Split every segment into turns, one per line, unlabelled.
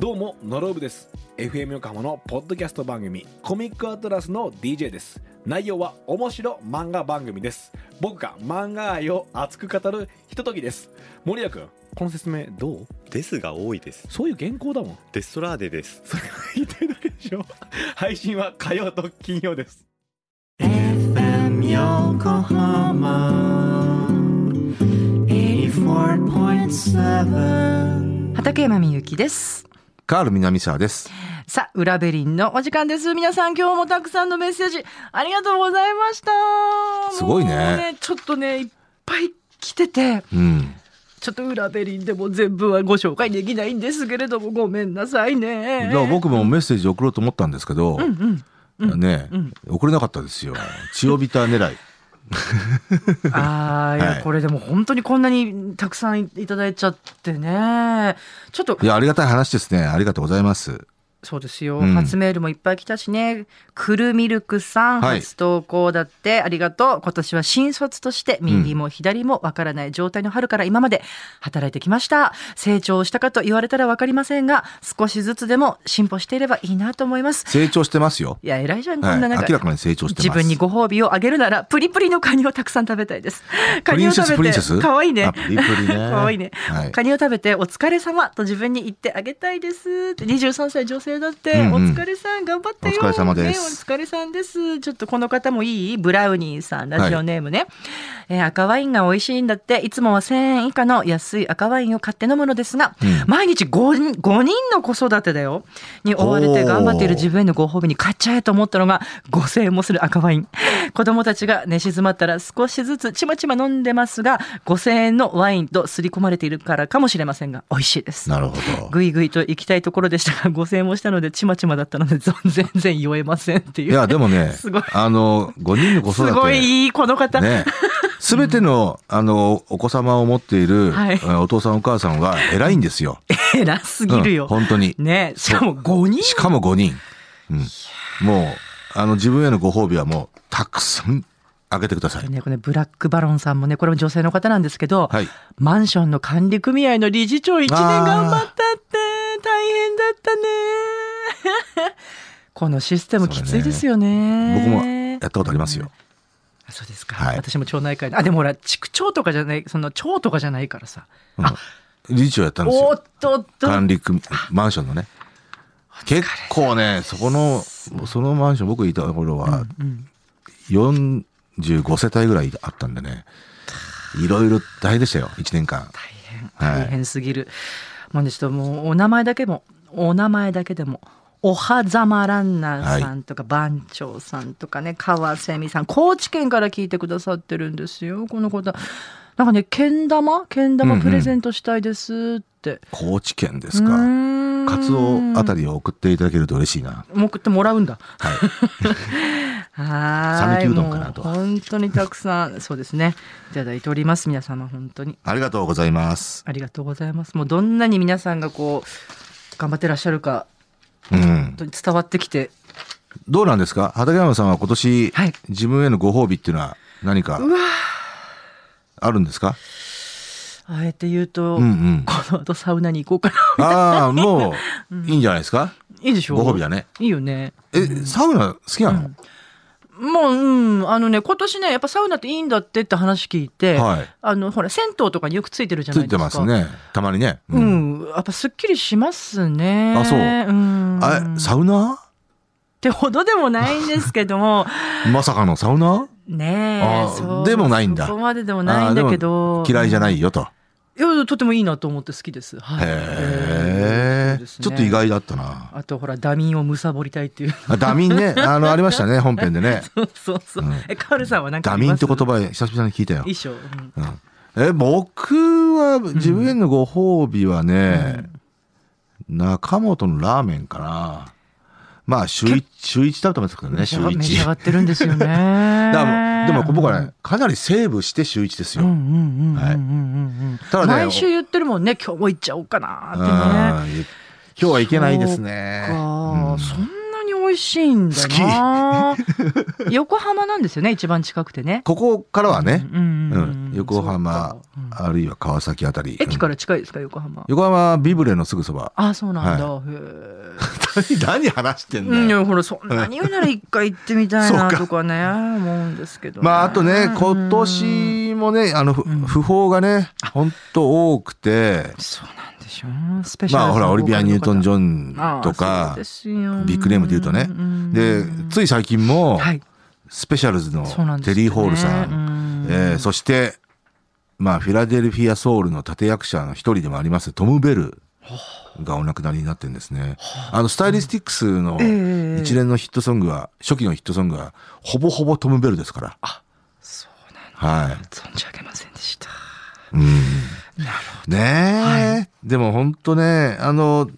どうもノロブです FM 横浜のポッドキャスト番組コミックアトラスの DJ です内容は面白漫画番組です僕が漫画愛を熱く語るひとときです森谷君この説明どう
ですが多いです。
そういう原稿だもん
デストラーデです。
それが言ってるだけでしょ配信は火曜と金曜です
FM Yokohama 84.7
畠山みゆきです
カール南沢です。
さあ裏ベリンのお時間です皆さん今日もたくさんのメッセージありがとうございました
すごいね
もうちょっとねいっぱい来てて
うん。
ちょっと裏ベリンでも全部はご紹介できないんですけれどもごめんなさい
だ
ね
から僕もメッセージ送ろうと思ったんですけど、
うん
ね、送れなかったですよ。千代ビタ狙い。
うん、ああ、い
は
や
い
これでも本当にこんなにたくさんいただいちゃってねちょっと
いや、ありがたい話ですね。ありがとうございます。
そうですよ、
うん
初メールもいっぱい来たしねくるみるくさん
はい
初投稿だって、ありがとう今年は新卒として右も左もわからない状態の春から今まで働いてきました成長したかと言われたらわかりませんが少しずつでも進歩していればいいなと思います
成長してますよ。
いや偉いじゃんこ
はい。
ん
明
な中、
らかに成長してます。
自分にご褒美をあげるならプリプリのカニをたくさん食べたいですカ
プリ
ニを
ンセス
食
プ
べ
リンセ
て
ス
かわいいね
あプリプリ ね。
可愛いね、
はい
カニを食べてお疲れ様と自分に言ってあげたいですって23歳女性だって、
うんうん
お疲れさん頑張ってよ
お疲れ様です
ねお疲れさんですちょっとこの方もいいブラウニーさんラジオネームね、えー赤ワインが美味しいんだっていつもは1000円以下の安い赤ワインを買って飲むのですが、
うん
毎日 5, 5人の子育てだよに追われて頑張っている自分へのご褒美に買っちゃえと思ったのが5000円もする赤ワイン子供たちが寝静まったら少しずつちまちま飲んでますが5000円のワインと刷り込まれているからかもしれませんが美味しいです
なるほど。
ぐいぐいと行きたいところでしたが5000円もしたのでちまちまだったので全然全然酔えませんっていう
いや、でもね
すごい、
あの、5人の子育て。
すごいいいこの方、
ね。すべての、あの、お子様を持っている、
はい
お父さんお母さんは偉いんで すよ。
偉すぎる
うん
よ、
本当に。
ねしかも5人
しかも5人。うん、もう、あの、自分へのご褒美はもう、たくさんあげてください。
ね、これブラックバロンさんもね、これも女性の方なんですけど、
はい。
マンションの管理組合の理事長1年頑張ったって、大変だったね。 このシステムきついですよね。
僕もやったことありますよ。
あ。そうですか。
はい
私も町内会であ、でもほら、地区長とかじゃない、その町とかじゃないからさ。
うん理事長やったんで
お
すよ。
っとっと。
管理組、マンションのね。結構ね、そこの、そのマンション、僕いた頃は、
うん
45世帯ぐらいあったんでね、いろいろ大変でしたよ、1年間。
大変、
はい
大変すぎる。もうね、ちょっともうお名前だけも、お名前だけでも。おはざまランナーさんとか番長さんとかね、川瀬美さん高知県から聞いてくださってるんですよこの方なんかねけん玉けん
うん
玉
うん
プレゼントしたいですって、
高知県で
う
すか。
ーん
カツオあたりを送っていただけると嬉しいな。
もう送ってもらうんだ。 はい。
讃岐うどんかなと
もう本当にたくさん、そうですね。いただいております。皆様、本当に。
ありがとうございます。
ありがとうございます。もうどんなに皆さんがこう、頑張ってらっしゃるか、
うん
本。当に伝わってきて、
どうなんですか畠山さんは今年、
はい
自分へのご褒美っていうのは何かあるんですか
あえて言うと、
う んうん。
この後サウナに行こうかな。
ああ、もういいんじゃ ないですか、
いいでしょ
ご褒美だね。
いいよね。
え、サウナ好きなの、
もう、うん、あのね、今年ね、やっぱサウナっていいんだってって話聞いて、
はい
あの、ほら、銭湯とかによくついてるじゃ
つ
ない
い
です
て
か。
ます。ね。たまにね。
う。ん、やっぱすっきりしますね。
あそうんあれ、サウナ
ってほどでもないんですけど も、
まさかのサウナ
ね
あ
え
ー、
そう
でもないんだ
そこまででもないんだけど
あーでも。嫌いじゃないよと。
いや、とてもいいなと思って好きです。はい。
へ
そう
え
で。すね
ちょっと意。外だったな。
あと、ほら、ダミンを貪りたいっていう。
あダミ ンね。あの、ありましたね。本編でね。
そうそうそう。え、カールさんはなんか
ダ
あり
ミン
ま
っ
す。
て言葉、久々に聞いたよ。
衣装。うん
え、僕は、自分へのご褒美はね、中本のラーメンかな。まあ、週一、週一食べてますけどね、週
召し
一。
上が
だ
ってるんですよね。
からもうでも僕はね、かなりセーブして週一です
うんう
よ。
んうんうんうんうんうん。
はいただね、
毎週言ってるもんね、今日も行っちゃおうかなってね。
うん今日はいけないですね。
そっか
うん
そんなに美味味しいんだな 横浜なんですよね一番近くてね
ここからはね、
うんうん
う
うん
ん、横浜
そうかうん
あるいは川崎あたり。
駅か
うん
ら近いですか横浜
横浜ビブレのすぐそば。
あそうなんだ、へ
何話して
え
ん
う
だ
んい
よ。
やほらそんなに言うなら一回行ってみたいな
そうか
とかね思うんですけど、
まああとね、今年もね、あの、ふ
ん
不法がね、本当多くて、
そうなんでしょうスペシャル
まあほら、オリビア・ニュートン・ジ
ョ
ョンとか、ビッグネームで言うとね。で、つ
い
い最近も、
はい
スペシャルズの
そうなんです
テ
よね
リー・ホールさん、
うん
えーそして、まあ、フィラデルフィア・ソウルの立役者の一人でもあります、トム・ベルがお亡くなりになってるんですね。あの、スタイリスティックスの
ええ
一連のヒットソングは、初期のヒットソングは、ほぼほぼトム・ベルですから。
そうなん
はい。
存じ上げませんでした
ねえ、でも本当ね、あの、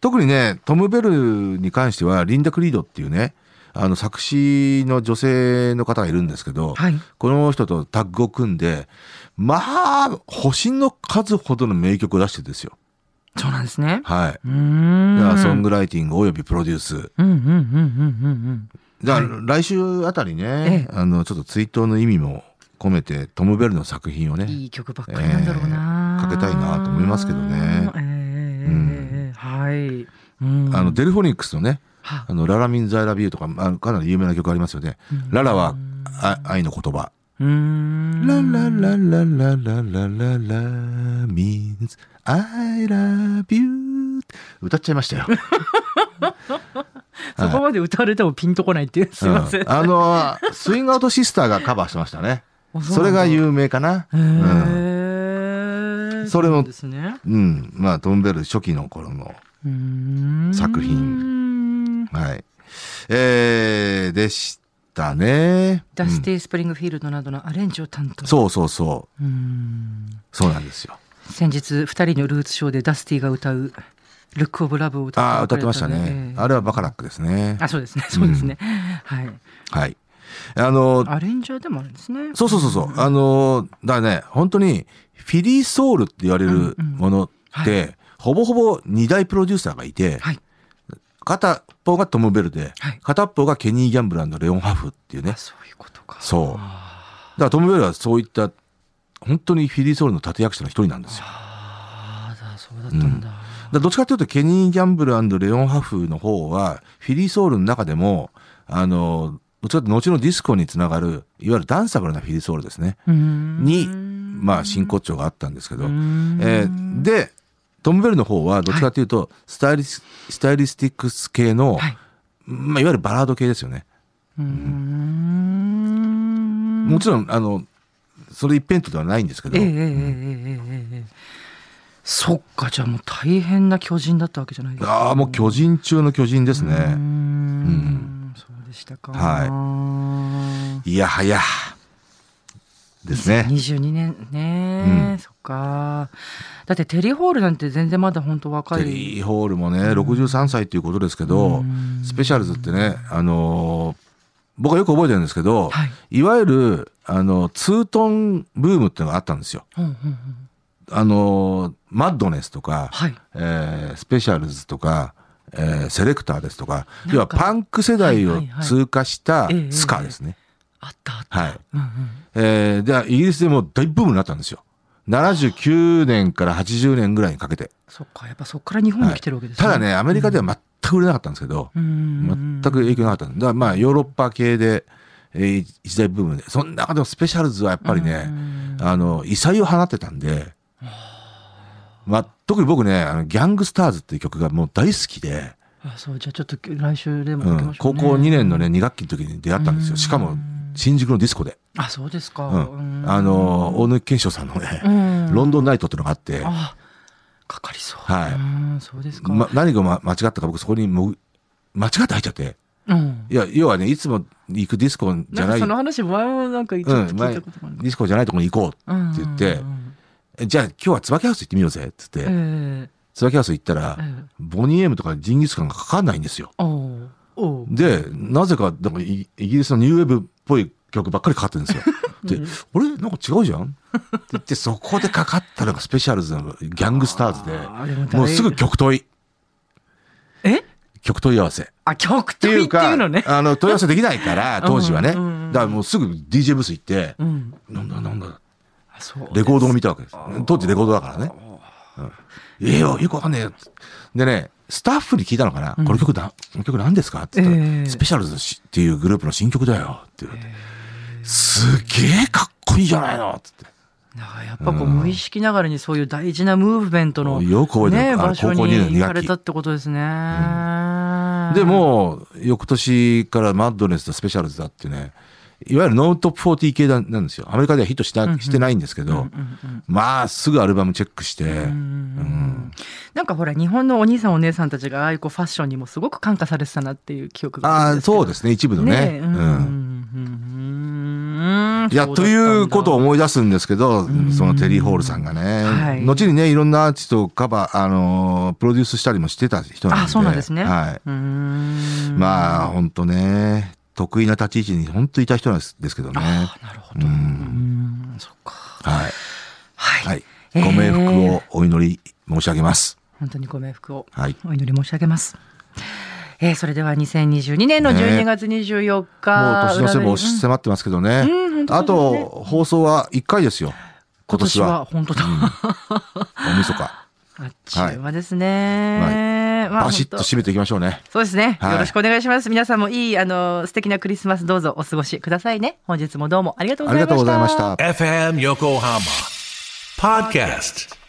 特にね、トム・ベルに関しては、リンダ・クリードっていうね、あの、作詞の女性の方がいるんですけど、
はい
この人とタッグを組んで、まあ、星の数ほどの名曲を出してるんですよ。
そうなんですね
はい。
うーん
だからソングライティングおよびプロデュース。
うんうんうんうんうん
だから来週あたり
え
ね
え、
あの、ちょっと追悼の意味も込めて、トム・ベルの作品を
うん
ね、
いい曲ばっかりなんだろうな、
ええかけたいなと思いますけどね
ええ
ん
はい、うん、
あの、デルフォニックスのね、
は
あの、ララミン・ザ・イラ・ビューとか、あのかなり有名な曲ありますよね。ララはあ愛の言葉。
うーん
ラララララララララ means I love you 歌っちゃいましたよ。
そこまで歌われてもピンとこないっていうすいません、
うあの、スイングアウトシスターがカバーしてましたね。
あそうなんだ
それが有名かな。う
へ
ん。
え
それも
そうですね
うん。まあ、トム・ベル初期の頃の。
うーん
作
品
はい。えー、でしたね。
ダスティ・スプリングフィールドなどのアレンジを担当、
そうそうそう。
うーん
そうなんですよ。
先日二人のルーツショーでダスティが歌う「ルック・オブ・ラブ」を歌
ああ、
って
歌ってましたね。あ
れ
れはバカラックですね。
あそうですね そうですね、はい
はい。あの、
アレンジャーでもあるんですね
そうそうそうそう。あのー、だからね、本当に、フィリーソウルって言われるものって、
うん
ほぼほぼ二大プロデューサーがいて、
はい
片っぽがトム・ベルで、
はい
片っぽがケニー・ギャンブランドレオン・ハフっていうね
あ。そういうことか
そう。だからトム・ベルはそういった、本当にフィリーソウルの立役者の一人なんですよ。
ああだそうだったんだ、
だからどっちかというと、ケニー・ギャンブルレオン・ハフの方は、フィリーソウルの中でも、あの、どっちかというと、後のディスコにつながる、いわゆるダンサブルなフィリーソウルですね。
うーん
に、まあ、真骨頂があったんですけ
う
ど、
ーん
えーで、トム・ベルの方は、どっちかというと、スタイリス、スタイリスティックス系の、
はいい
まあ、いわゆるバラード系ですよね。
うーん
もちろん、あの、それ一辺倒ではないんですけど、
ええええええええええそっかじゃあもう大変な巨人だったわけじゃないですか
ああ、もう巨人中の巨人です
うー
ね。
んそうでしたかはい
やはや、ですね。
22年ね、
うん
そっかだってテリーホールなんて全然まだ本当若
テ
い
リー・ホールもね、63歳ということですけど、スペシャルズってね、あのー僕はよく覚えてるんですけど、
はい
い、わゆる、あの、ツートンブームっていうのがあったんですよ。
うんうんうん
あのーマッドネスとか、
はい
えースペシャルズとか、えーセレクターですとか、
なんか
要はパンク世代
は
を
いはいはい
通過した
ええ
スカですね。
あったあった、
はい。
うんうん、
えーで、イギリスでもう大ブームになったんですよ。79年から80年ぐらいにかけて。
そっかやっぱそっから日本に来てるわけです
ただね、アメリカでは全く売れなかったんですけど、
うん
全く影響なかったんでだからまあヨーロッパ系で、えー一大ブームで、その中でもスペシャルズはやっぱりね、あの、異彩を放ってたんで、まあ、特に僕ね、あの、ギャングスターズっていう曲がもう大好きで、
あそうじゃあちょっと来週でもか
う
け
ん
ましょ
高
う、ね
校2年のね、2学期の時に出会ったんですよ。しかも、新宿のディスコで。
あそうですか、
うん。あの、大貫健翔さんの
う
ね、
ん
ロンドンナイトっていうのがあって、
あかかりそう
はい
うんそうですか、
ま、何が、ま、間違ったか僕そこにもう、間違って入っちゃって。
うん
いや、要はね、いつも行くディスコじ
な
ゃ
んか
ない、
その
デ
話前もなんかちょっと聞いたことがある、
ィスコじゃないとこに行こうって
うん
って言ってえじゃあ今日は椿ハウス行ってみようぜって言
え
って、
え
椿ハウス行ったら、
ええ
ボニーエムとかジンギスカンがかかんないんですよ。
おうおう
で、なぜか、なんかイイギリスのニューウェーブっぽい曲ばっかりかかってるん ですよ。で、あれなんか違うじゃんって言って、そこでかかったのがスペシャルズのギャングスターズ
あーで
で、
も
もうすぐ曲問い。
え
局問い合わ せ。
あ、曲
って
と
い
言っ
う
て
か、
いうのね。
あの、問い合わせできないから、当時はね。だ
うんうんうん
からもうすぐ DJ ブース行って、
うん。
なんだなんだ、
あそう
レコードを見たわけです。当時レコードだからね。うん、ええよ、よくわかんねえよ。でね、スタッフに聞いたのかな、
うん
この曲だ、この曲何ですかって言ったら、
ええ
スペシャルズっていうグループの新曲だよって言われて、すげえかっこいいじゃないのっつって。
だからやっぱこう無意識ながらにそういう大事なムーブメントの、
よく覚えてる
ね、
あの
場所
高校
に
二年
行
二学期
かれたってことですね。
で、もう、翌年からマッドネスとスペシャルズだってね、いわゆるノートップ40系なんですよ。アメリカではヒットし
うんうん
たしてないんですけ
うんう
ど、
んうん
まあ、すぐアルバムチェックして、
うんなんかほら日本のお兄さんお姉さんたちがああいうこうファッションにもすごく感化されてたなっていう記憶が
ああ、そうですすね、一部
けど
のね。
えう
うん
うん
ん
うんうん
いや、
そうだった
と
んだ
いうことを思い出すんですけど
ん、
そのテリー・ホールさんがね、
はい
後にね、いろんなアーティストをカバー、あのープロデュースしたりもしてた人なんで。
あそうなんですね
はい。
うん
まあ、本当ね、得意な立ち位置に本当いた人なんですですけどね。
あなるほど
う
うんんそっか
はい。
はい、
はい。
えー
ご冥福をお祈り申し上げます。
本当にご冥福を
はい。
お祈り申し上げます。えー、それでは2022年の12月24
もう
日、
年の瀬も押し迫ってますけどね。
うんうん本当
あ
そうですね
と、放送は1回ですよ。今
今
年
年
は
は。本当だ、
大晦日。
あっちゅう間ですね、 まあ
バシッと
本当
締めていきましょうね。
そうですね、
はい
よろしくお願いします皆さんもいいあの素敵なクリスマスどうぞお過ごしくださいね本日もどうもありがとうご
あ
ざ
り
いま
が
した
とうございました。
FM Yokohama Podcast.